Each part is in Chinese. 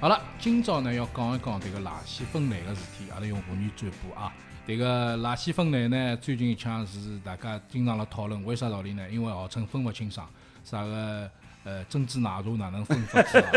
好了，今朝呢要讲一讲这个垃圾分类个事体，阿拉用妇女转播啊。这个垃圾分类呢，最近一腔是大家经常辣讨论，为啥道理呢？因为号称分勿清爽，啥个呃珍珠奶茶哪能分法子啊？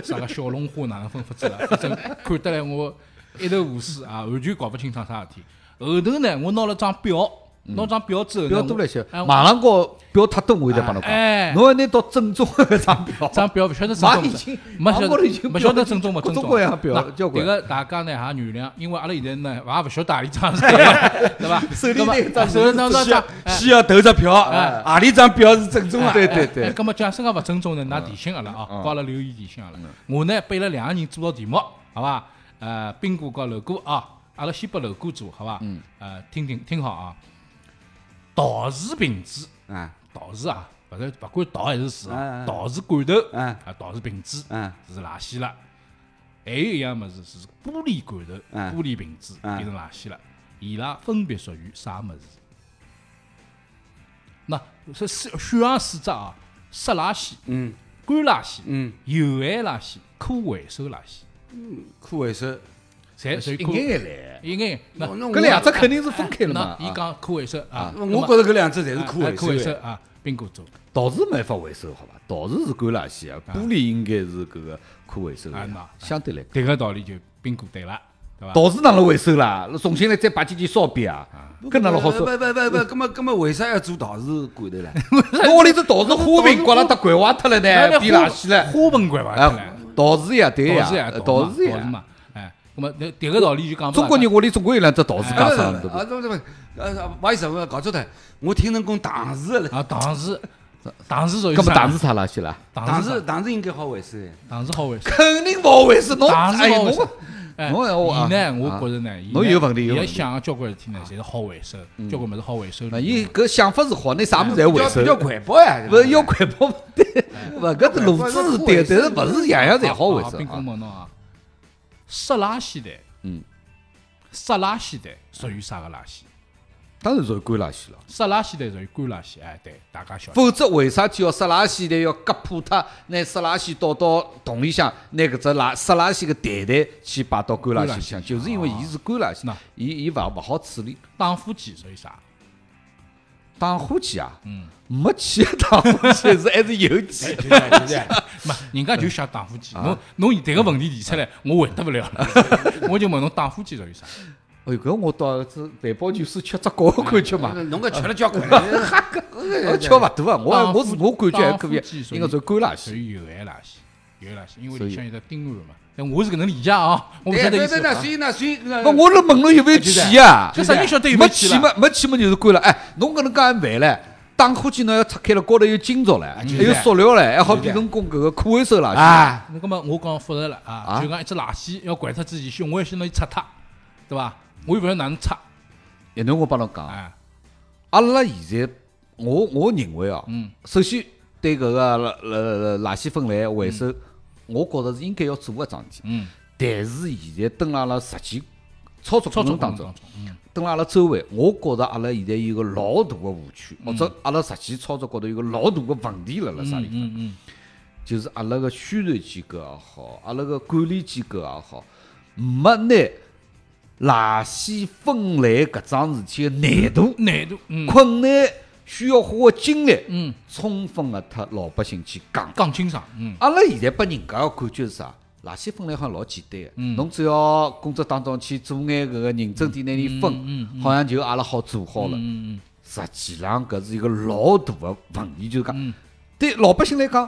啥个小龙虾哪能分法子啊？反正看得来我一头雾水啊，完全搞勿清爽啥事体。后头呢，我拿了张表，拿张表之后呢，表我多了一些，哎我马上告表太多，我现在帮侬哎讲，侬要拿到正宗的张表，张表勿晓得正网宗已不经正，没晓网高啊头已得经没晓得正宗勿各正种宗。各样表那交关这个大家呢也原谅，因为阿拉现在呢也勿晓得何里张 是对的对伐？ 手里那么拿一张啊啊手里拿张需要张。哎需要投只票，哎啊里张票是正宗啊？对对嗯哎，对，葛么假使讲勿正宗呢，㑚提醒阿拉啊，帮阿拉留言提醒阿拉。嗯我呢背了两个人做道题目，好伐？呃，冰哥和楼哥啊，阿拉先拨楼哥做，好伐？嗯。呃，听听听好啊，陶瓷瓶子，哎啊，陶瓷啊，勿是勿管陶还是瓷嗯啊嗯，陶瓷罐头，嗯啊，陶瓷瓶子，嗯，是垃圾了。还有一样物事是玻璃罐头、嗯玻璃瓶子嗯变成垃圾了，伊拉分别属于啥物事？那是是选项四只啊，湿垃圾、嗯干垃圾、嗯，有害垃圾、可回收垃圾，可回收，哎侪属于一可眼眼哎来，一眼。那哦我啊搿两只肯定是分开了那嘛。伊讲可回收啊，我那么我觉着搿两只侪是啊可啊可回回收收的。啊，宾果做陶瓷没法回收，好伐？陶瓷是干垃圾啊，玻璃应该是搿个可回收啊，的，哎那相对来讲。迭个道理就宾果对了，对伐？陶瓷哪能回收啦？重新来再摆几件烧饼哎啊，搿哪能好不说？不不不，搿么搿么为啥要做陶瓷罐头唻？我屋里只陶瓷花瓶刮了，搭掼坏脱了那呢，变垃圾了。花盆怪伐？哎，陶瓷呀，对导呀师呀，，陶导瓷师呀。嘛，哎，那么迭迭个道理就讲不中国人屋里总归有两只陶瓷架上，对不啊，？不不不，呃，不好意思，我搞错脱，我听侬讲糖水了，啊，糖 是糖是属于搿么啥汏是啥垃圾啦？糖糖水是糖水应该好回收的。糖是好回事，肯定勿回事，侬糖是哎好回侬事。哎，侬要我啊伊呢，我啊觉着呢，伊侬呢有问题有问伊题啊嗯想的交关事体呢，侪是好回收，交关物事好回收。那伊搿想法是好，你啥物事侪回比较收，环保呀，。勿是要环保嘛对，勿搿是路子是对，但是勿是样样侪好回啊收冰棍啊？问侬啊，湿垃圾袋，嗯，湿垃圾袋属于啥个垃圾？当然属于干垃圾了。湿垃圾袋属于干垃圾，哎，对，大家晓得。否则为啥体要塞垃圾袋要割破它，拿塞垃圾倒到桶里向，拿搿只垃塞垃圾个袋袋去摆到干垃圾里向，就是因为伊是干垃圾那，伊伊勿勿好处理。打火机属于啥？打火机啊，没气的打火机是还是有气就这样就这样没，人家就想打火机。侬侬迭个问题提出来，我回答不了了。我就问侬打火机属于啥？哎呦，搿我倒是饭包酒水吃只高感觉 嘛，啊侬搿吃了交关了，我吃勿大啊，我我自我感觉还可以啊打火机，属于应该算干垃属圾。于有害垃圾，有害垃圾，因为所里以向有只丁胺嘛。但我是搿能理解啊，我勿对晓得对意对，那思。所以那所以那那我是问侬有没有气啊？这啥人晓得有没气气嘛，没气嘛就是干了。哎，侬搿能介还烦嘞？打火机侬要拆开了，高头有金属嘞，还就是有塑料嘞，还好就是比侬讲搿个可回收垃圾。啊，那搿么我讲复杂了啊，啊就讲一只垃圾要掼脱之前，先我要先拿伊擦脱，对伐？我又勿晓得哪能擦，一侬我帮侬讲，哎，阿拉现在，我我认为哦，嗯首先对搿个呃垃圾分类回收，我觉着是应该要做个桩事体。嗯，但是现在蹲辣阿拉实际操作操过作程当当中中，，嗯蹲辣阿拉周围，我觉着阿拉现在有个老大个误区，或者阿拉实际操作高头有个老大个问题辣辣啥嗯里头，嗯嗯，就是阿拉个宣传机构也好，阿拉个管理机构也好，没拿垃圾分类搿桩事体个难度、难度，嗯困难需要花个精力，嗯，充分个脱老百姓去讲。讲清爽，嗯阿拉现在拨人家个感觉是啥？垃圾分类好像老简单嗯个，侬只要工作当中去做眼搿个认真点拿伊嗯分，好像就阿拉好做好了。嗯嗯实际上搿是一个老大个问题，就是嗯讲对老百姓来讲，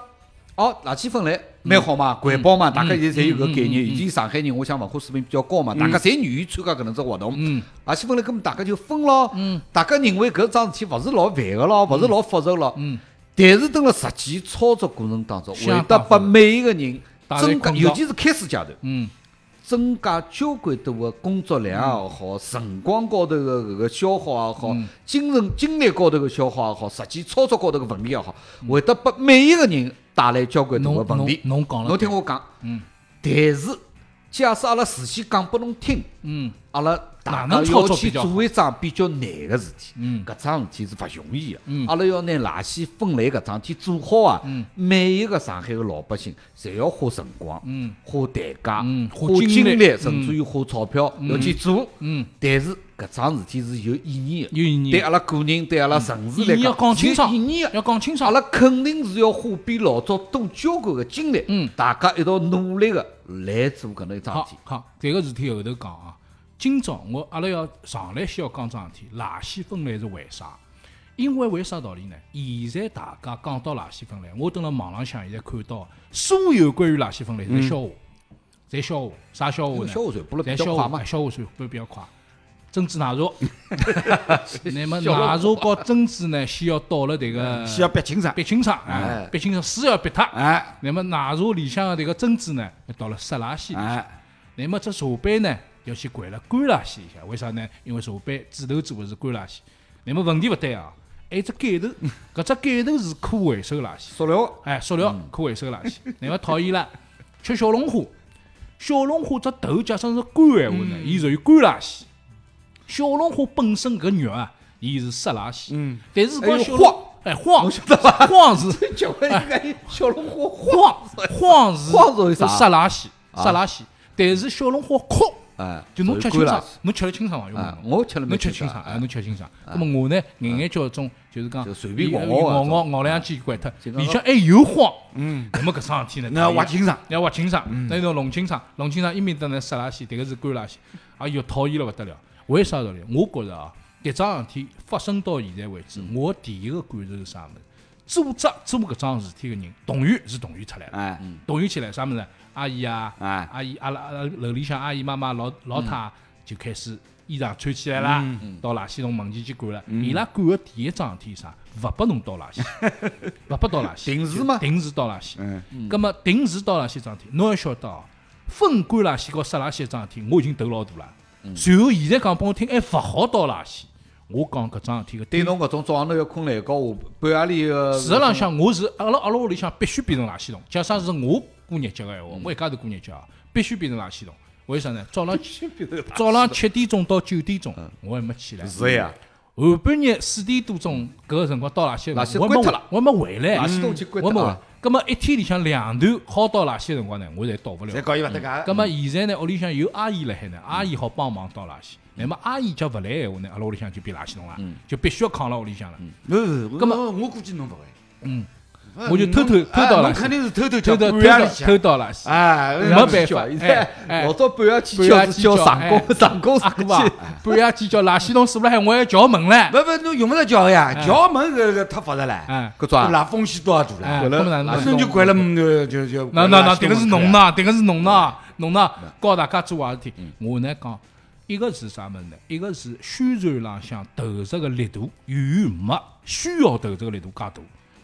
哦，垃圾分类嗯蛮好嘛，环保嘛，大家现在侪有搿概念。以前上海人，我想文化水平比较高嘛，大家侪愿意参加搿能只活动。嗯垃圾分类，搿么大家就分咯。大家认为搿桩事体勿是老烦个咯，勿是老复杂咯。嗯但是蹲辣实际操作过程当中，相会得当复杂拨每一个人带来增加，困扰尤其是开始阶段，嗯增加交关多个工作量也好，辰光高头个搿个消耗也好嗯，精神精力高头个消耗也好，实际操作高头个问题也好，会得拨每一个人带来交嗯，关多侬个问侬题。侬讲了，侬听，我讲，嗯但是假使阿拉事先讲拨侬听，嗯。阿拉大哪家能操要作去比较好做一桩比较难个事体。嗯搿桩事体是勿容易个嗯，阿拉要拿垃圾分类搿桩事体做好啊嗯，每一个上海个老百姓侪要花辰光嗯、花代价嗯、花花精精力力，甚至于花钞票要去做。嗯，但是搿桩事体是有意义个，有意义嗯对阿拉个人，对阿拉城市来意义要讲讲，清是有爽，意义个。要讲清阿爽。拉肯定是要花比老早多交关个精力，嗯大家一道努力个来做搿能一桩好事体。好，迭个事体后头讲啊。今朝我阿拉要上来先要讲桩事体，垃圾分类是为啥？因为为啥道理呢？现在大家讲到垃圾分类，我蹲辣网浪向现在看到所有关于垃圾分类侪笑话，侪笑话，啥笑嗯因话为呢？消费传播了比咱较消快化嘛，消化算会比较快。珍珠奶茶， 那么消化奶茶和珍珠呢，先要倒了这嗯个先要逼清爽。逼清爽，哎哎，逼清爽，水要逼脱。哎那么奶茶里向的这个珍珠呢，要倒了湿垃圾。哎，那么这茶杯呢，要去掼了干垃圾一下，为啥呢？因为茶杯主头做的是干垃圾。那么问题勿对啊，还有只盖头，搿只盖头是可回收垃圾。塑哦料哎，塑料可回收垃圾。那么讨厌了，吃小龙虾，小龙虾只头假使是干闲话嗯呢，伊属于干垃圾。小龙虾本身搿肉啊，伊是湿垃圾。嗯，但是还讲有小龙晃哎晃，晃是 结婚应该小龙虾花，晃晃是晃属于啥啊湿垃圾，湿垃圾。但是小龙虾壳，哎，就侬吃清爽了，，侬吃了清爽伐？有哎，问侬。我吃了没侬吃清清爽爽，哎，哎侬吃清爽。那么我呢，眼眼叫种，就是讲就随便咬咬咬啊咬咬种咬两记关脱，就讲里向还有慌。嗯，那么搿桩事体呢，那太挖清爽，要挖清爽，嗯那要弄清爽，弄清爽一面搭呢湿垃圾，迭个是干垃圾，哎哟讨厌了勿得了。为啥道理？我觉着啊，迭桩事体发生到现在为止，嗯我第一个感受是啥物事？组织做搿桩事体个人，动员是动员出来了，哎动员起来啥物事？阿姨啊，哎嗯阿姨阿拉阿拉楼里向阿姨妈妈老老太啊就开始衣裳穿起来啦，到垃圾桶门前去管了。嗯伊拉管个第一桩事体是啥？勿拨侬倒垃 圾，勿拨倒垃圾，定时嘛定时倒垃圾。嗯，咁么定时倒垃圾桩事体，侬要晓得哦，分管垃圾和湿垃圾桩事体，我已经投老大了。随后现在讲拨我听，还勿好倒垃圾。我讲搿桩事体个对侬搿种早上头要困懒觉，半夜里个 事实浪向，我是阿拉阿拉屋里向必须变成垃圾桶。假使是我过日脚个闲话，我一家头过日脚啊，必须变成垃圾桶。为啥呢？早浪早浪七点钟到九点钟，我还没起来。嗯是呀，下半日四点多钟搿个辰光倒垃圾，垃圾我还关没脱了我还没回来，嗯垃圾桶去关我还没脱回来啊。葛末一天里向两段好倒垃圾的辰光呢，我侪倒勿了侪。搞伊勿嗯搭界。咁么现在呢，屋里向有阿姨辣海呢，阿姨好帮忙倒垃圾。那么阿姨叫勿来闲话呢，阿拉屋里向就变垃圾桶了，嗯就必须要扛辣屋里向了。不葛不，嗯搿么么我估计侬勿会。嗯哎，我就偷偷侬偷到了哎侬肯定是偷偷偷叫到半偷夜到里偷到垃 向。圾，哎，没办法现哎哎在老早半夜去半叫夜是去叫叫上哎工上工上是吧去，？半夜天叫垃圾桶是不是还我还要叫门 嘞？不不，侬用勿着叫呀，哎叫门搿个太复杂了，哎，搿桩啊那风险多少大哎了？搿搿么哪能能垃圾侬就关了，嗯就就就。那那那，迭个是侬呐。呐，迭个是侬呐，侬呐，教大家做坏事体。我呢讲，一个是啥物事呢？一个是宣传浪向投入个力度远远没需要投入个力度介大。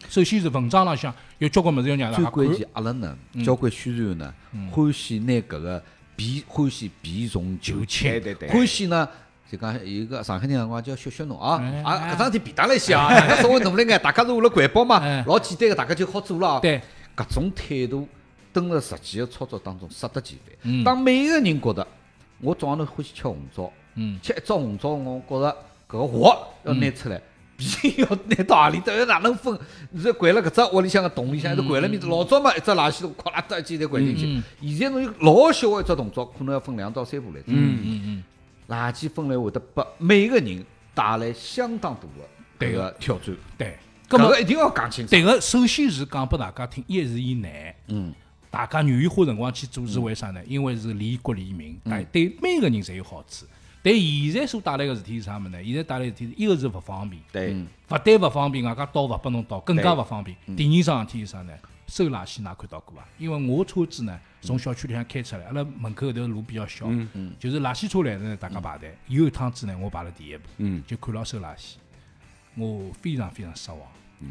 首先是文章浪向有交关物事要让大家最看关，键阿拉呢，嗯交关宣传呢，欢喜拿搿个避，欢喜避重就轻，对对对欢喜呢。就讲有一个上海人辰光叫小小侬啊哎，啊哎搿桩事体便当了一些啊，大家稍微努力眼，大家是为了环保嘛哎，老简单个，大家就好做了啊。对，搿种态度蹲辣实际个操作当中，适得其嗯反。当每一个人觉得我早上头欢喜吃红烧，嗯，吃一只红烧，我觉着搿个镬要拿出 来，皮要拿到何里搭，要哪能分？你说掼了搿只屋里向个洞里向，还是掼了面头。老早嘛，一只垃圾桶，哐啦搭一记侪掼进嗯去。现在侬有老小个一只动作，可能要分两到三步来做。嗯嗯，垃圾分类会得拨每个人带来相当大个对搿个个挑战。对。搿搿么个一定要讲清楚。迭个首先是讲拨大家听，一是伊难，嗯，大家愿意花辰光去做是为嗯啥呢？因为是利国利民，对对每个人侪有好处。但现在所带来个事体是啥物事呢？现在带来的事体，一个是勿方便，对，勿但勿方便，外加倒勿拨侬倒，更加对嗯勿方便。第二桩事体是啥呢？收垃圾哪看到过伐？因为我车子呢，从小区里向开出来，阿拉门口搿头路比较小，嗯就是垃圾车来了呢，大家排队。有一趟子呢，我排了第一步，嗯就看牢收垃圾，我非常非常失望。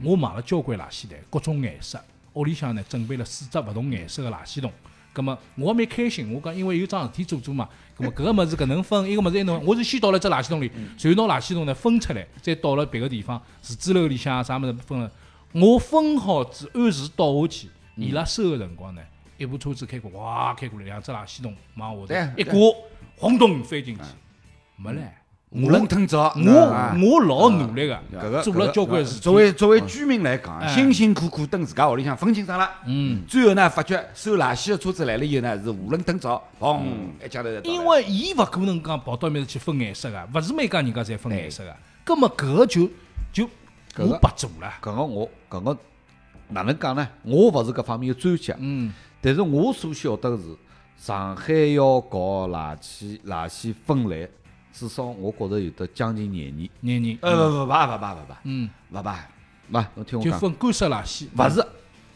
我买了交关垃圾袋，各种颜色，屋里向呢准备了四只勿同颜色的垃圾桶。葛么我还蛮开心，我讲因为有桩事体做做嘛，葛 么搿个物事搿能分，一个物事一弄，我是先倒了只垃圾桶里，嗯随后拿垃圾桶呢分出来，再倒了别个地方，住字楼里向啊啥物事分了。我分好之按时倒下去，嗯伊拉收的辰光呢，一部车子开过，哇开过来，两只垃圾桶往下头对一对挂，轰咚飞进去。没嘞。我能听着，啊我我老努力个搿个，做搿了个交啊关事体。作为作为居民来讲，啊哎辛辛苦苦等自家屋里向分清爽了。嗯，最后呢，发觉收垃圾的车子来了以后呢，是无人登着，砰，嗯一家头啊就倒了。因为伊勿可能讲跑到埃面去分颜色个，勿是每家人家侪分颜色个。啊葛末搿个就就哎搿个我白做了。搿个我搿个哪能讲呢？我勿是搿方面的专家，嗯，但是我所晓得是，上海要搞垃圾垃圾分类，至少我觉着有得将近廿年，年年，呃，勿勿罢勿罢勿罢嗯，勿罢，勿，侬听我就讲，分干湿垃圾。勿是，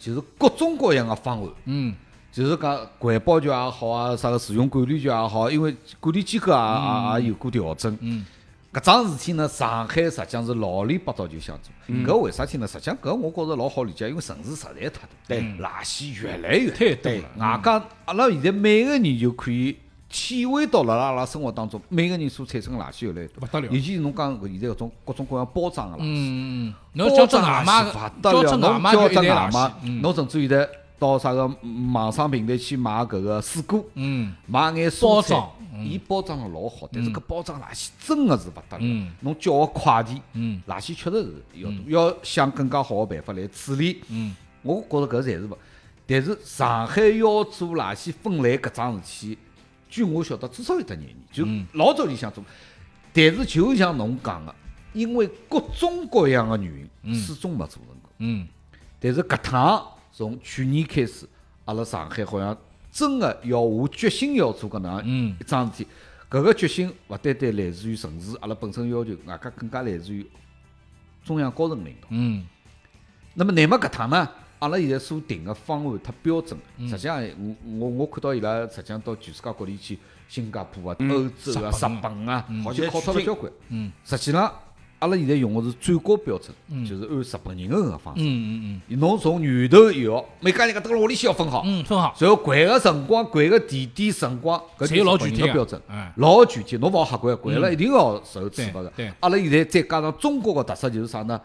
就是各种各样的方案，嗯，就是讲环保局也好啊，啥个使用管理局也好，因为管理机构也啊也也有过调整。嗯，搿桩事体呢，上海实际上是老里八早就想做，嗯搿为啥体呢？实际上搿我觉着老好理解，因为城市实在太大，对垃圾越来越太多了。嗯外加阿拉现在每个人就可以体会到了阿拉生活当中每个人所产生的垃圾越来越多，不得了尤其是侬讲搿现在搿种各种各样包装的垃圾，嗯，嗯，侬包叫只装外垃卖圾个勿，得叫了，只外侬卖叫就只一袋外垃圾卖。，嗯侬甚至现在到啥个嗯网上平台去买搿个水果，嗯，买眼蔬包菜装，伊包装了老好，但是搿包装垃圾真的是勿得了嗯。侬叫个快递，嗯垃圾确实是要多要想更加好的办法来处理。嗯，我觉着搿侪是勿，但是上海要做垃圾分类搿桩事体，据我晓得至少有得廿年，就嗯老早就想做，但是就像侬讲个，因为各种各样的原因，始终没做成功。嗯，但是搿趟从去年开始，阿拉上海好像真的要下决心要做搿能样嗯一桩事体。搿个决心勿单单来自于城市阿拉本身要求，外加更加来自于中央高层领导。嗯，那么乃末搿趟呢，阿拉现在所定个方案太标准了，嗯实际上我我我看到伊拉实际上到全世界各地去，新加坡嗯啊、欧洲啊、日日本本啊，好就像考察了取经交关。嗯，实际上阿拉现在用的是最高标准，就是按日本人个搿个方式。嗯嗯侬从源头以后，每家人搿搭辣屋里先要分好，嗯，分好。然后掼个辰光、掼个地点、辰光，搿侪有老就是具体日的本人的标准哎，嗯老具体，侬勿好瞎掼，掼了一定要受处罚对对个。阿拉现在再加上中国个特色就是啥呢？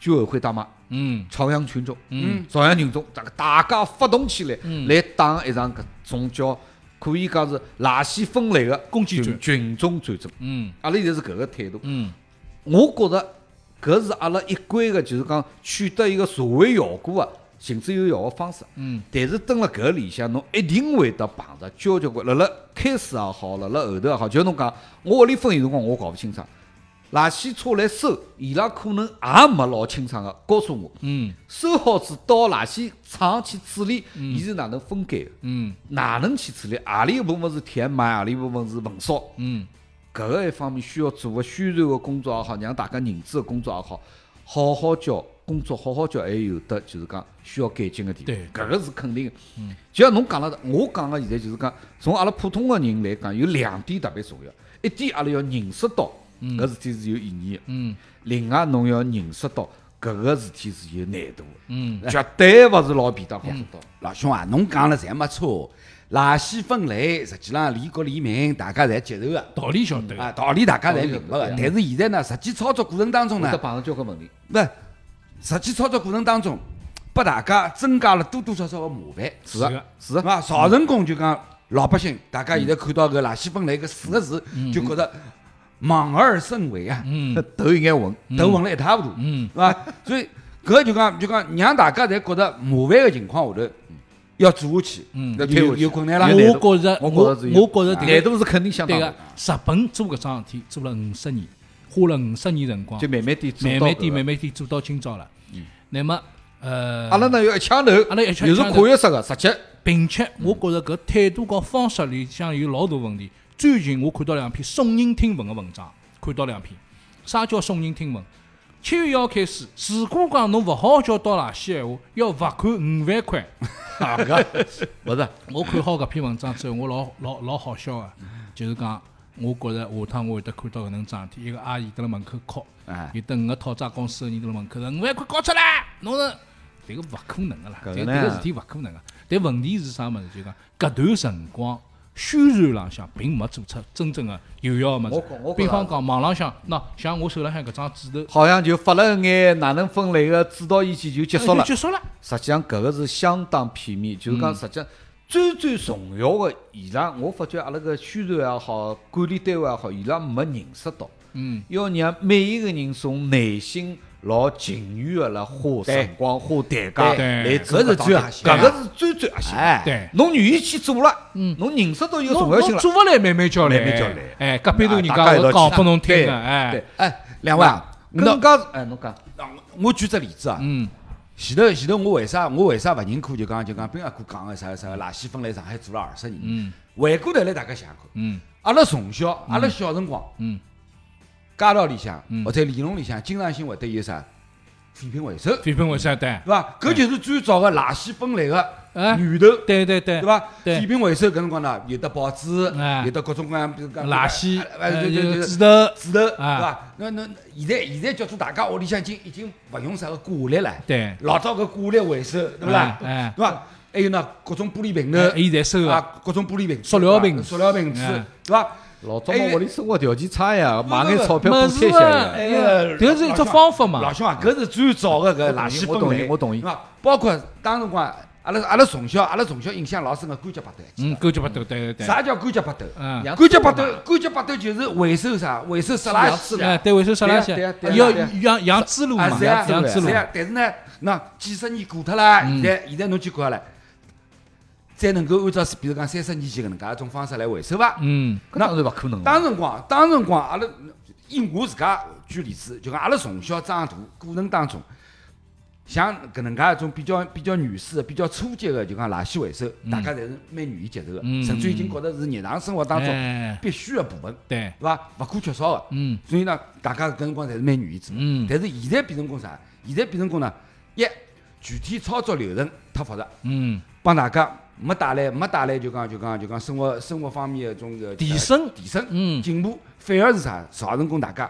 居委会大妈、嗯朝阳群众、嗯朝阳群众，大家大家发动起来嗯，来打一场搿种叫可以讲是垃圾分类个攻击战群群众战争。嗯阿拉现在是搿个态度，嗯我觉着搿是阿拉一贯个，就是讲取得一个社会效果个啊行之有效个方式。嗯但是蹲辣搿里向，侬一定会得碰着交交关。辣辣开始也好，辣辣后头也好，就侬讲，我屋里分有辰光我搞勿清爽，垃圾车来收，伊拉可能也没老清爽个啊告诉我，嗯收好子到垃圾场去处理，伊是哪能分拣的，嗯哪能去处理，何里一部分是填埋，何里一部分是焚烧。嗯搿个一方面需要做个宣传个工作也好，让大家认知个工作也好，好好教工作好好教，还有得就是讲需要改进个地方对。嗯搿个是肯定个。就像侬讲了，我讲个现在就是讲，从阿拉普通个人来讲，有两点特别重要。一点阿拉要认识到搿事体是有意义个，嗯另外侬要认识到搿个事体是有难度嗯个，绝对勿是老便当好做到。老兄啊，侬讲了侪没错，垃圾分类实际上利国利民，大家侪接受个。道理晓得嗯哎啊，个。道理大家侪明白个，但是现在呢，实际操作过程当中会呢得，碰着交关问题。不，实际操作过程当中，拨大家增加了多多少少个麻烦，是个个，是个，啊，造成功就讲老百姓，大家现在看到搿垃圾分类搿四个字，就觉得望而生畏啊，嗯头有眼混。头混了一塌糊涂，嗯是吧？所以搿就讲就讲，让大家侪觉得麻烦个情况下头，要做下去，嗯要推下有去有困难啦。我觉着，我我觉着是有我觉着难对个，度是肯定相当对大个的，，日本做搿桩事体做了五十年，花了五十年辰光哦就，慢慢点做慢到嗯慢搿点个慢慢点做到今朝了。那么，呃，啊阿拉呢要一枪头，阿拉一枪又是一枪头跨越式个，直接并且嗯我觉着搿态度和方式里向有老大问题。最近我看到两篇耸人听闻的文章，看到两篇。啥叫耸人听闻？七月一号开始，如果讲侬勿好叫倒垃圾闲话，要罚款五万块。啊 勿是我看好搿篇文章之后，我老老老好笑个，就是讲，我觉着下趟我会得看到搿能桩事体，一个阿姨蹲辣门口哭哎，有得五个讨债公司个人蹲辣门口，五万块交出来，侬是迭个勿可能个啦，搿迭个迭呢个事体勿可能个。但问题是啥物事？就讲搿段辰光宣传浪向并没做出真正个有效个物我事觉我，觉比着方也是讲网浪向，喏，像我手浪向搿张纸头，好像就发了一眼哪能分类个指导意见就结束哎了就。结束了。实际上搿个是相当片面，就是讲实际上最最重要个，伊拉我发觉阿拉个宣传也好，管理单位也好，伊拉没认识到，嗯，要让每一个人从内心老情愿个来花对辰光、花代价对来做搿是搿最桩核事心体，的搿个是最最核心的。哎，对，侬愿意去做了，嗯侬认识到伊个侬重要性侬了，做勿来，慢慢叫来，慢慢叫来哎，隔壁头人啊大家家一道我去讲拨侬听对个，哎对，哎，两位啊，那更加是哎，侬讲，那我举只例子啊，嗯前头前头我为啥我为啥勿认可？就讲就讲，兵阿哥讲个啥个啥个垃圾分类，上海做了二十年。嗯回过头来，大家想想看，嗯阿拉从小，阿拉小辰光，嗯，街道里向嗯或者理论里向，经常性会得有啥废品回收，对废品回收对，伐？搿就是最早个垃圾分类个哎源头，对对对对？伐？对废品回收搿辰光呢，有的报纸哎，有的各种各样，比如讲垃圾，哎呃对对对有对纸头，纸头，对啊伐？那那现在现在叫做大家屋里向已经已经勿用啥个挂历了，对，老早个挂历回收，对勿啦？哎哎对伐？还有呢，各种玻璃瓶头，哎伊侪收啊，啊，各种玻璃瓶子，塑料对瓶伐子塑料瓶子哎，对伐？老早早嘛嘛屋屋里里生活条件差呀，买眼眼钞钞票没补是贴伐？下呀。哎呀，迭是一只方法老嘛，兄啊，搿是最早个搿我垃同意我圾分同意类，我同意对伐？包括当辰光，啊阿拉阿拉从小，阿拉从小印象老深个干脚八斗，嗯，勾结巴头，对对对，啥叫干脚八斗？嗯，两干脚八斗，干脚八斗就是回收啥？回收湿垃养圾猪啊哎，对，回收啥垃圾对呀对？呀要对呀养养猪猡啊，嘛，是呀，养是猪呀，猡，是呀。但是呢，那几十年过脱了，嗯现在现在侬去看了，再能够按照比如讲三十年前搿能介一种方式来回收伐？嗯搿当然勿可能了。当辰光，当辰光，阿拉以我自家举例子，就讲阿拉从小长大过程当中，像搿能介一种比较比较原始的、比较初级的，就讲垃圾回收，大家侪是蛮愿意接受的嗯，甚至已经觉得是日常生活当中哎，必须的部分，对，对伐？勿可缺少的。嗯所以呢，大家搿辰光侪是蛮愿意做。嗯但是现在变成功啥？现在变成功呢，一具体操作流程太复杂，嗯，帮大家没带来没带来就讲就讲就讲生活生活方面的种个提升提升嗯进步，反而是啥？造成功大家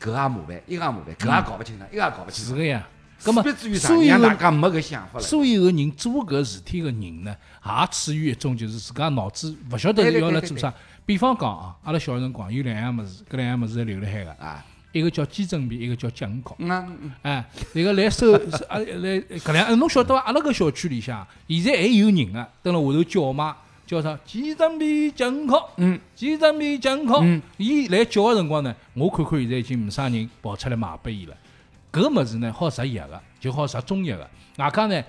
搿也麻烦，伊个也麻烦，搿也搞勿清爽，伊个也搞勿清是爽。个呀。葛嗯么是至于啥？所有让的大家没搿想法了。所有个人做搿事体个人呢，也处于一种就是自家脑子勿晓得对是对要对来对做对啥。比方讲啊，阿拉小辰光有两样物事，搿两样物事是留辣海个，啊，一个叫鸡胗皮，一个叫酱鱼糕。嗯啊嗯哎，迭个来收 是啊来搿两，侬晓得伐？阿拉搿小区里向现在还有人啊，蹲辣下头叫卖，叫啥鸡胗皮酱鱼糕，嗯，鸡胗皮酱鱼糕嗯。伊来叫个辰光呢，我看看现在已经没啥人跑出来卖拨伊了。搿物事呢，好食药个，就好食中药个。外加呢，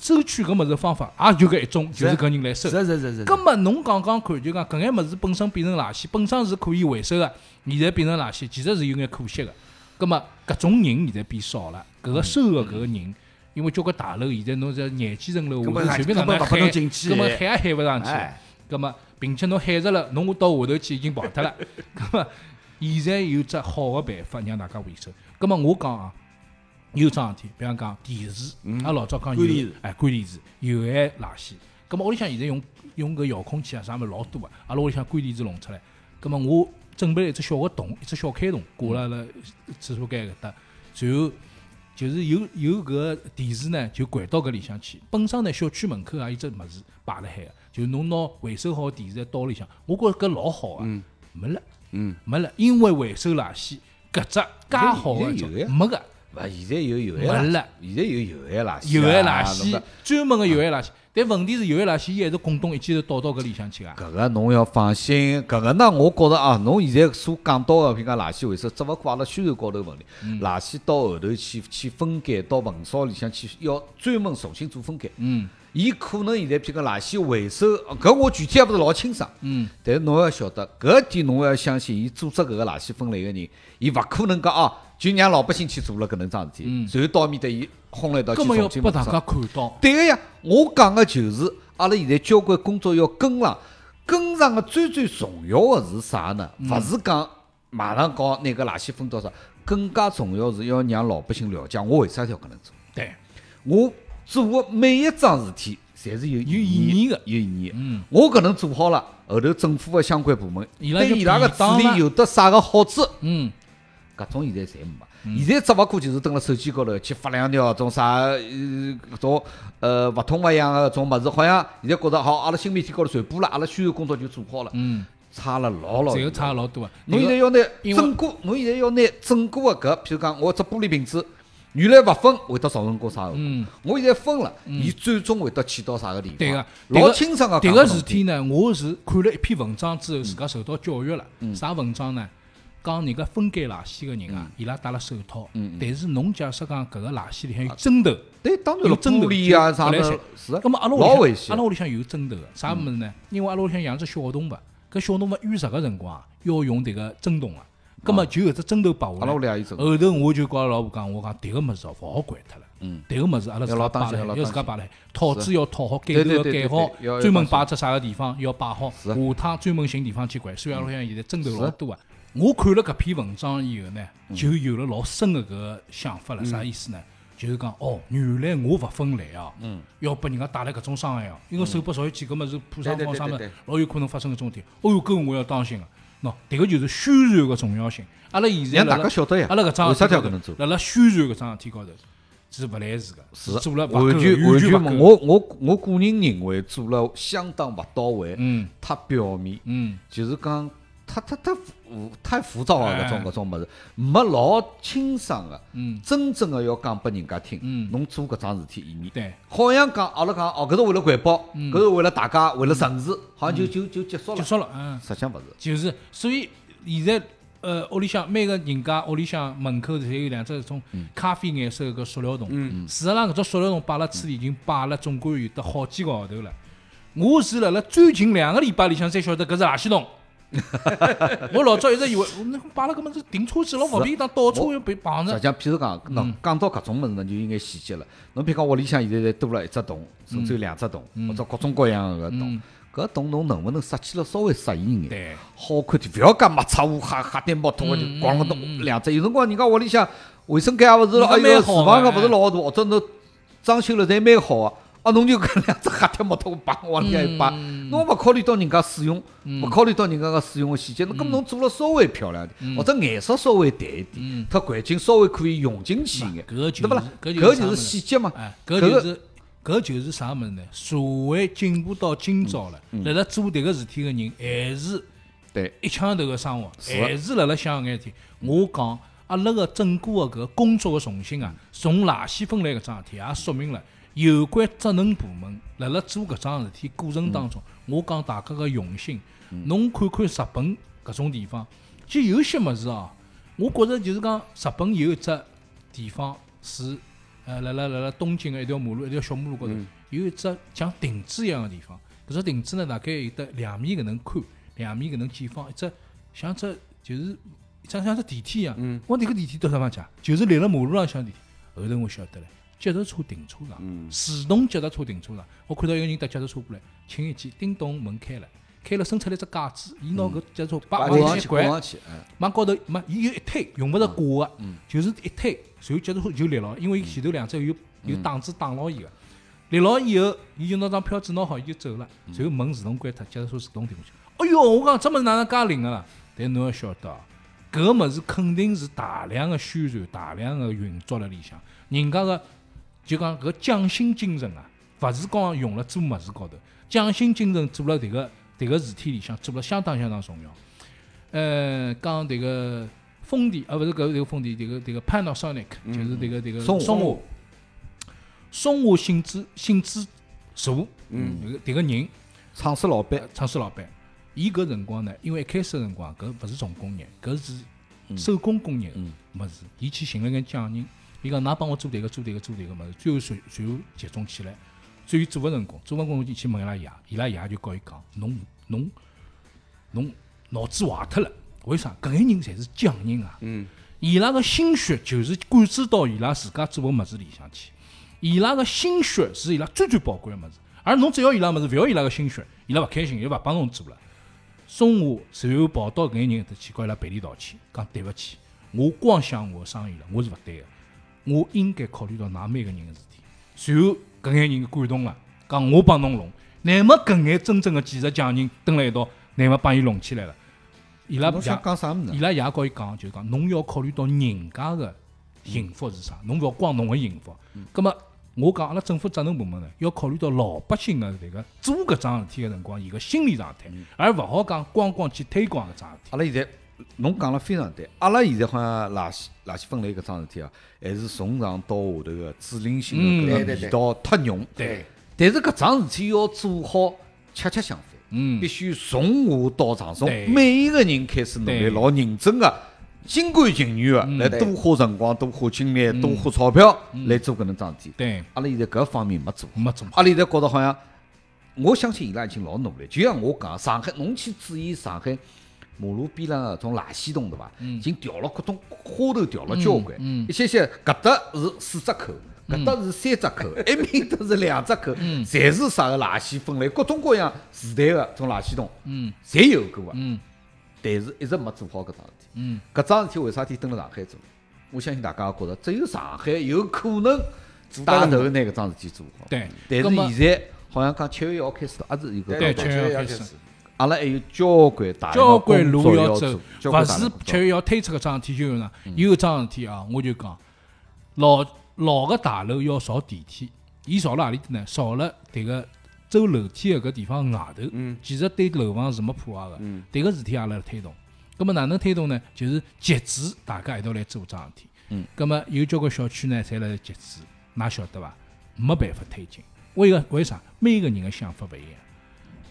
收取搿物事的方法也就搿一种，就是搿人来收是。是是是。葛么侬讲讲看，就讲搿眼物事本身变成垃圾，本身是可以回收的，现在变成垃圾，其实是有眼可惜的。葛么搿种人现在变少了，搿个收嗯的搿个人，因为交关大楼现在侬这廿几层楼，根下头本随便哪根本能勿拨喊，侬进去葛么喊也喊勿啊上去。哎，葛么并且侬喊着了，侬到下头去已经跑脱了。 葛么现在有只好的办法让大家回收。葛么我讲啊，有桩事体，比方讲电视，嗯阿拉老早讲有管电视哎关电视有害垃圾。葛么屋里向现在用用搿遥控器啊啥物事老多个，阿拉屋里向关电视弄出来。葛么我准备了一只小个桶，一只小开桶挂辣辣厕所间搿搭，然后。就是有有搿电视呢，就掼到搿里向去。本身呢，小区门口也有只物事摆辣海个，就是侬拿回收好的电视到里向，我觉着搿老好啊，没了，嗯，没了，因为回收垃圾搿只介好个现在有呀啊没个勿，哎现在有有没害了了，现在有有害垃圾啊，有害垃侬圾讲，专门个有害垃圾。但问题是，有害垃圾伊还是滚动一记头倒到搿里向去啊。搿个侬要放心，搿个呢，我觉着啊，侬现在所讲到个，譬如讲垃圾回收，只勿过阿拉宣传高头问题，嗯垃圾到后头去去分拣，到焚烧里向去，要专门重新做分拣。嗯伊可能现在譬如讲垃圾回收，搿我具体也勿是老清爽。嗯，但是侬要晓得，搿点侬要相信，伊组织搿个垃圾分类个人，伊勿可能讲啊，就让老百姓去做了搿能桩事体，嗯然后到面搭伊轰了一道去搿么要重新拨大分家看到。对个呀，我讲个就是，阿拉现在交关工作要跟上，跟上个最最重要个是啥呢？嗯勿是讲马上搞那个垃圾分多少，更加重要是要让老百姓了解我为啥要搿能做，对，我做个每一桩事体，侪是有有意义个的，有意义的。嗯，我搿能做好了，后头政府个相关部门伊拉就对伊拉个便处当了理有得啥个好处？嗯搿种现在侪没，现在只勿过就是蹲辣手机高头去发两条种啥呃搿种呃勿痛勿痒个种物事，好像现在觉着好，阿拉新媒体高头传播了，阿拉宣传工作就做好了，嗯，差了老老这远个。差老多啊。侬现在迭个要拿因为整个，侬现在要拿整个个搿，譬如讲我只玻璃瓶子，原来勿分会得造成过啥后果嗯？我现在分了，伊最终会得起到啥个地方？对个，迭啊老个清爽个迭讲个拨侬事体呢，我是看了一篇文章之后，自家受到教育了。嗯啥文章呢？讲人家分拣垃圾个人啊，伊拉戴了手套，嗯但是侬假设讲搿个垃圾里向有针头，对，当然有了，针头玻璃啊就啥勿来的塞，是啊咁么阿拉老屋危里向，险嗯阿拉。屋里向有针头个，啥物事呢？因为阿拉屋里向养只小动物，搿小动物遇着个辰光啊要用迭个针筒啊，咁么就有只针头拨我阿拉屋了。里也有针后头头我就告老婆讲，我讲迭个物事哦勿好掼脱了。嗯，迭个物事阿拉自要家老摆当了心要海，老要自当家心摆了海，套子要套好，盖对头对要对盖对好对要，要专门当心摆只啥个地方要摆好，是啊下趟专门寻地方去掼。虽然阿拉屋里向现在针头老是啊嗯多啊，我看了搿篇文章以后呢，就有了老深的搿个想法了。啥意思呢？就是讲哦，原来我勿分类啊，嗯要拨人家带来搿种伤害哦，因为手拨少一记，搿么是破伤对对风对啥么对对，老有可能发生搿种事体。哦哟，搿我要当心啊！喏，迭个就是宣传个重要性。阿拉现在让辣大辣家晓得呀阿拉搿桩为事啥体体高要头搿能做辣辣宣传搿桩事体高头是勿来事个，是做了勿够完全完完全全勿嘛，够。我我我个人认为做了相当勿到位，嗯太表面，嗯，就是讲太太太浮太浮躁啊，搿种哎搿种物事，没老清爽个嗯，真正个要讲拨人家听嗯，侬做搿桩事体意义。对，嗯好像讲阿拉讲哦，搿是为了环保，搿是为了大家，为了城市，好像就就就结束结了。束了，嗯。实际上勿是，就是，所以现在呃，屋里向每个人家屋里向门口侪有两只种嗯咖啡颜色个塑料桶。事实上，搿只塑料桶摆辣处理已经摆了总归有得好几个号头了。我是辣辣最近两个礼拜里向才晓得搿是垃圾 桶。我老早一直以为，那摆了搿么是停车子老勿便当，倒车又被碰实际着。上，譬如讲，喏，讲到搿种物事呢，就有眼细节了。侬譬如讲，屋里向现在侪多了一只洞，甚至有两只洞，或者各种各样个洞。搿洞侬能勿能设计了稍微适意眼？对，好看点，勿要讲抹擦乌哈哈颠毛拖就咣啷咚两只。有辰光人家屋里向卫生间也勿是老，人哎家蛮呦，好厨的房个勿是哎老大，或者侬装修了侪蛮好个。啊，侬就搿两只黑天毛头摆往里向一摆，嗯侬勿考虑到人家使用，勿考虑到人家个使用个细节，嗯侬搿么侬做了稍微漂亮点，或者颜色稍微淡一点，它环境稍微可以融进去一眼，嗯搿对就勿是啦？搿搿就是细节嘛哎，，搿搿就个是搿就是啥物事呢？社会进步到今朝了，辣辣做迭个事体个人还是。对，一枪头个生活，是还是辣辣想搿眼事体。我讲阿拉个整个个搿个工作个重心啊，从垃圾分类搿桩事体也说明了有关职能部门辣辣做搿桩事体过程当中，我讲大家个用心。侬看看日本搿种地方，就有些物事哦，我觉着就是讲日本有一只地方是呃，辣辣辣辣东京个一条马路，一条小马路高头，有一只像亭子一样个地方。搿只亭子呢，大概有得两米搿能宽，两米搿能见方，一只像只就是像像只电梯一样。嗯。我迭个电梯到啥地方去啊？就是立辣马路浪向的电梯。后头我晓得了，脚踏车停车场，自动脚踏车停车场。我看到一个人搭脚踏车过来，轻一记，叮咚门开了，开了伸出来一只架子，伊拿搿脚踏车摆挂往上上去，去呃挂掼，上去，哎往高头没，伊有一推，用勿着挂个，就是一推，然后脚踏车就立牢，因为伊前头两只有有档子挡牢伊个，立牢以后，伊就拿张票子拿好，伊就走了，然后门自动关脱，脚踏车自动停下去。哎哟，我讲这么哪能啊介灵个啦？但侬要晓得啊，搿个物事肯定是大量个宣传、大量个运作辣里向，人家个就讲搿匠心精神啊，勿是光用辣做物事高头，匠心精神做了迭个迭个事体里向做了相当相当重要。呃，讲迭个丰田，啊，勿是搿迭个丰田，迭个迭个 Panasonic，就是迭个迭个松下松下，松下幸之幸之助，嗯，迭个迭个人，厂子老板呃厂商老板，伊搿辰光呢，因为一开始个辰光搿勿是重工业，搿是手工工业个物事，伊去寻了眼匠人，伊讲㑚帮我做迭个做迭个做迭个物事，最后随随后集中起来，最后做勿成功，做勿成功我就去问伊拉爷，伊拉爷就告伊讲，侬侬侬脑子坏脱了，为啥？搿眼人侪是匠人啊，伊拉个心血就是灌注到伊拉自家做个物事里向去。伊拉个心血是伊拉最最宝贵个物事，而侬只要伊拉物事，勿要伊拉个心血，伊拉勿开心，伊拉勿帮侬做了。松下随后跑到搿眼人搿搭去，告伊拉赔礼道歉，讲对勿起，我光想我个生意了，我是勿对个，我应该考虑到㑚每个人个事体。随后搿眼人感动了，讲我帮侬弄，乃末搿眼真正个技术匠人蹲辣一道，乃末帮伊弄起来了。伊拉侬爷想讲啥物事呢伊？拉爷告伊讲，就是讲侬要考虑到人家个幸福是嗯啥，侬勿要光侬个幸福。葛末我讲阿拉政府职能部门呢，要考虑到老百姓个迭个嗯做搿桩事体个辰光，伊个心理状态，而勿好讲光光去推广搿桩事体。阿拉现在侬讲了非常对，阿拉现在好像垃圾垃圾分类搿桩事体啊，还是从上到下头个指令性的嗯对搿对个对味道太浓。对，但是搿桩事体要做好，恰恰相反，嗯必须从下到上，从对每一个人开始努力，对老认真个、心甘情愿个来嗯对嗯多花辰光、多花精力、多花钞票来做搿能桩事体。对，阿拉现在搿方面没做好。没做好，阿拉现在觉得好像，我相信伊拉已经老努力。就像我讲，上海，侬去注意上海马路边浪搿种垃圾桶对伐？嗯已经调了各种花头调了交关，一些些搿搭是四只口。嗯搿搭是三只 口，埃面搭是两只口，侪是啥个垃圾分类，各种各样时代个种垃圾桶，嗯侪有过个，嗯但是一直没做好搿桩事体。嗯，搿桩事体为啥体蹲辣上海做？我相信大家也觉得只有上海有可能带头拿搿桩事体做好。对但葛么是现在好像讲七月一号开始，还是有个对高确潮实要要开开始始，阿拉还有交关大量交的关工路作要做走，，勿交关大是七量的工作嗯月要推出搿桩事体就有呢，有桩事体啊，我就讲，老老个大楼要造电梯，伊造了何里搭呢？造了迭个走楼梯的搿地方外头，嗯其实对楼房是没破坏的。迭个事体阿拉辣推动，葛么哪能推动呢？就是集资，大家一道来做桩事体。嗯，葛么有交关小区呢，侪辣辣集资，㑚晓得伐？没办法推进，为个为啥？每个人的想法勿一样。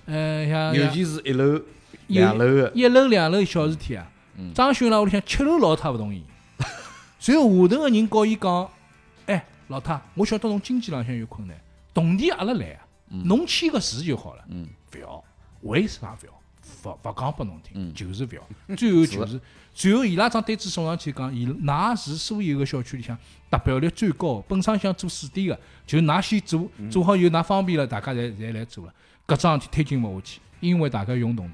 呃，像尤像其是一楼、有两楼的，一楼两楼小事体啊。张秀兰屋里向七楼老太勿同意，随后下头个人告伊讲：“哎，老太，我晓得侬经济浪向有困难，铜钿阿拉来啊，侬签个字就好了。”嗯，勿要，为啥勿要？勿勿讲拨侬听，就是勿要。最后就是，最后伊拉张单子送上去讲，伊㑚是所有个小区里向达标率最高的，本身想做试点个，就㑚先做，做好以后㑚方便了，大家侪侪来做了。搿桩事体推进勿下去，因为大家用铜钿。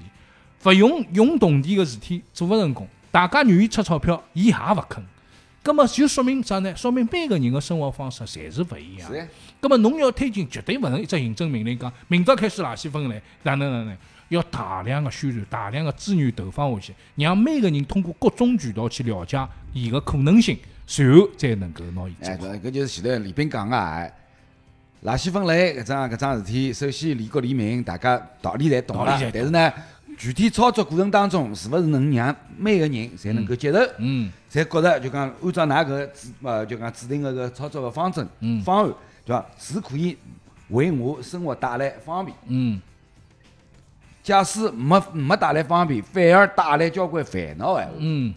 勿用用铜钿个事体做勿成功，大家愿意出钞票，伊也勿肯。葛么就说明啥呢？说明每个人个生活方式侪是勿一样是。呀，葛么侬要推进，绝对勿能一只行政命令讲，明朝开始垃圾分类，哪能哪能，要大量个宣传，大量个资源投放下去，让每个人通过各种渠道去了解伊个可能性，随后再能够拿伊做哎，好。搿搿就是前头李斌讲个啊，垃圾分类搿桩搿桩事体，首先利国利民，大家道理侪懂道了理侪懂，但是呢，具体操作过程当中，是勿是能让每个人侪能够接受？嗯，侪觉得就讲按照㑚搿制呃就讲制定个搿操作个方针、嗯方案，对伐？是可以为我生活带来方便。嗯，假使没没带来方便，反而带来交关烦恼哎。嗯，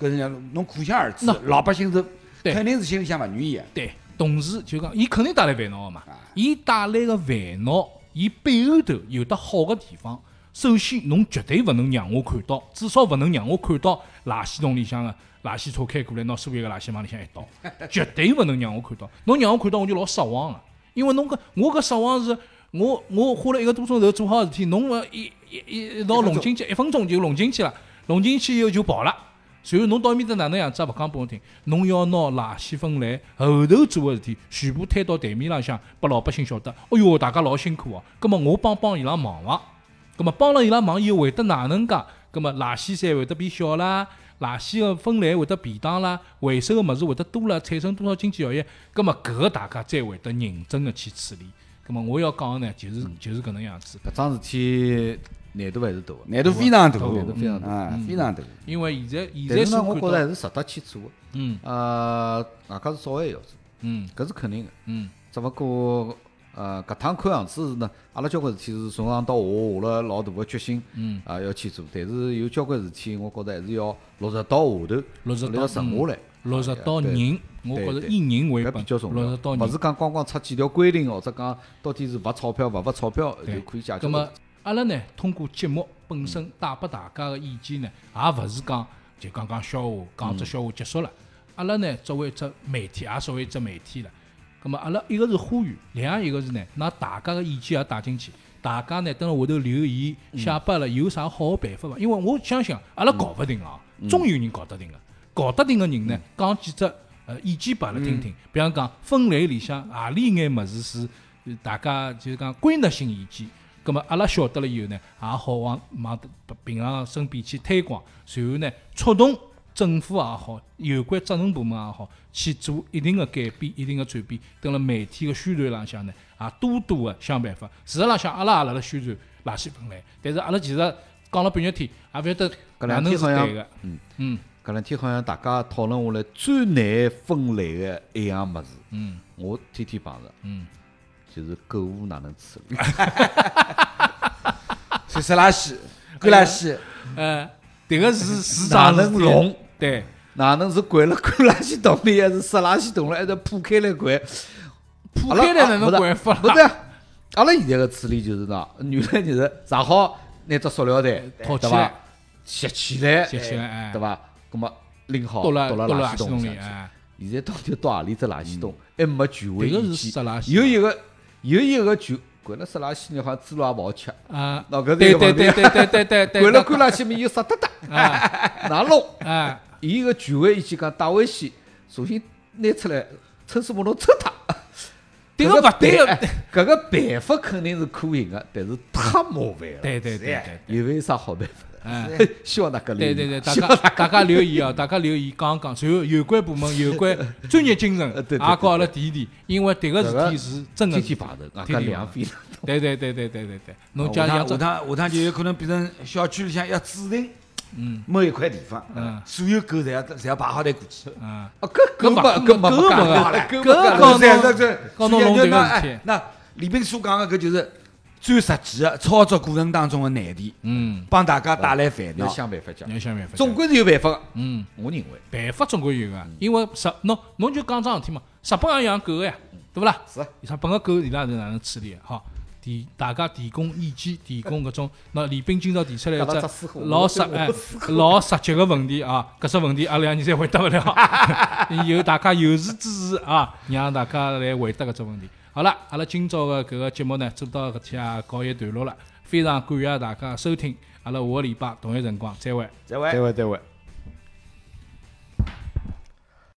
搿是讲侬可想而知那，老百姓是对肯定是心里向勿愿意啊个。对，同时就讲，伊肯定带来烦恼个嘛。伊带来个烦恼，伊背后头有得好个地方。首先，侬绝对勿能让我看到，至少勿能让我看到垃圾桶里向个垃圾车开过来，拿所有个垃圾往里向一倒，绝对勿能让我看到。侬让我看到，我就老失望了，因为侬搿我搿失望是。我我花了一个多钟头做好事体，侬勿一一一一道弄进去，一分钟就弄进去了，弄进去以后就跑了。随后侬到埃面搭哪能样子也勿讲拨我听，侬要拿垃圾分类后头做个事体，全部推到台面浪向，拨老百姓晓得。哦哟，大家老辛苦哦、葛么我帮帮伊拉忙啊伐、葛么帮了伊拉忙以后会得哪能介？葛么垃圾山会得变小啦，垃圾个分类会得便当啦，回收个物事会得多啦，产生多少经济效益？葛么搿个大家再会得认真个去处理。葛么我要讲个呢，就是嗯就是搿能样子。搿桩事体难度还是大个。难度非常大，难度非常大啊，嗯非常大。因为现在现在但是呢，所我看觉到，着还是值得去做个。嗯呃，外加是早晚要做，嗯搿是肯定个。嗯只勿过呃，搿趟看样子呢，阿拉交关事体是从上到下下了老大个决心，嗯，啊要去做，但是有交关事体，我觉着还是要落实到下头，落实阿到嗯拉要沉下来。落实到对人，我觉着对以人为搿本比较，重落要实，到勿人是。讲光光出几条规定，或者讲到底是罚钞票勿罚钞票对就可以解决咁问题。么阿拉呢，通过节目本身带拨大家个意见呢，也勿是讲就讲讲笑话，讲只笑话结束了。阿拉呢，作为一只媒体，也作为一只媒体了。咁么阿拉一个是呼吁，另外一个是呢，拿大家个意见也带进去。大家呢，等辣下头留言，写拨阿拉有啥好个办法伐？因为我相信阿拉搞勿定啊，总有人搞得定个。搞得定个人呢，讲几只呃意见拨阿拉听听。比方讲分类里向何里眼物事是呃大家就是讲归纳性意见，葛么阿拉晓得了以后呢，也好往往平常身边去推广，随后呢触动政府也好，有关责任部门也好，去做一定的改变、一定的转变。等辣媒体的宣传浪向呢，也多多的想办法。事实浪向阿拉也辣辣宣传垃圾分类，但是阿拉其实讲了半日天，也勿晓得搿哪两能天是好像对个。嗯嗯搿两天好像大家讨论下来最难分类的一样物事，嗯我天天碰着，嗯，就是狗窝哪能处理。是是垃圾，干垃圾，呃，迭个是市哪场能是弄？对，哪能是掼了灌垃圾桶里，还是塞垃圾桶里，还是铺开来掼？铺开来哪能掼法啊不啦？是，阿拉现在个处理就是呢，原来就是上好拿只塑料袋，套起对伐来？吸起来，接起来哎，对伐？那么拎好，倒倒了了倒了垃垃圾圾桶桶里上去哎，嗯现在到底到何里只垃圾桶？还没全迭回个是意湿见。垃圾。有一个有一个全掼了塞垃圾里，好像猪肉也勿好吃。啊，那搿是一对个对问题对对对对对 对，掼了干垃圾里面又湿哒哒，啊 哪弄？啊，伊个聚会意见讲带回去，首先拿出来抽水马桶抽它。 迭个勿对个，个办，搿个办法肯定是可行个，但是太麻烦了。对对对哎对，有没有啥好办法？哎。 希望大家留对意对对，大希家望大家留意哦，大家留意讲讲，随后有关部门、有关专业精神呃也对对对告阿拉提一提，因为迭个这事体个是 真个事天体天。碰头，天天天天浪费了。对对对对对对对，侬下讲趟像这，下趟下趟就有可能变成小区里向要指定，嗯，某一块地嗯方，所有狗侪要侪要排好队过去。嗯，啊，搿搿勿搿没搿搿没搿没勿讲好了唻搿搿没讲搿了侬这这，搿侬弄就这个那事体哎，那李斌所讲的搿就是最实际的操作过程当中的难题，嗯，帮大家带来烦要恼。想办法讲你，要想办法。总归是有办法个。嗯，我认为办法总归有嗯个，因为日侬侬就讲桩事体嘛，日本也养狗个呀，对勿啦？是啊日本个狗伊拉是哪能处理的？好，提大家提供意见，提供搿种， 那李斌今朝提出来一讲到只只水货老我实我哎老实际个问题啊，搿只问题阿拉两人侪回答勿 了，有大家有识之士啊，让大家来回答搿只问题。好了，阿拉今朝个搿个节目呢，做到搿天也告一段落了，非常感谢大家收听，阿拉下个礼拜同一辰光再会。这位对。位对位。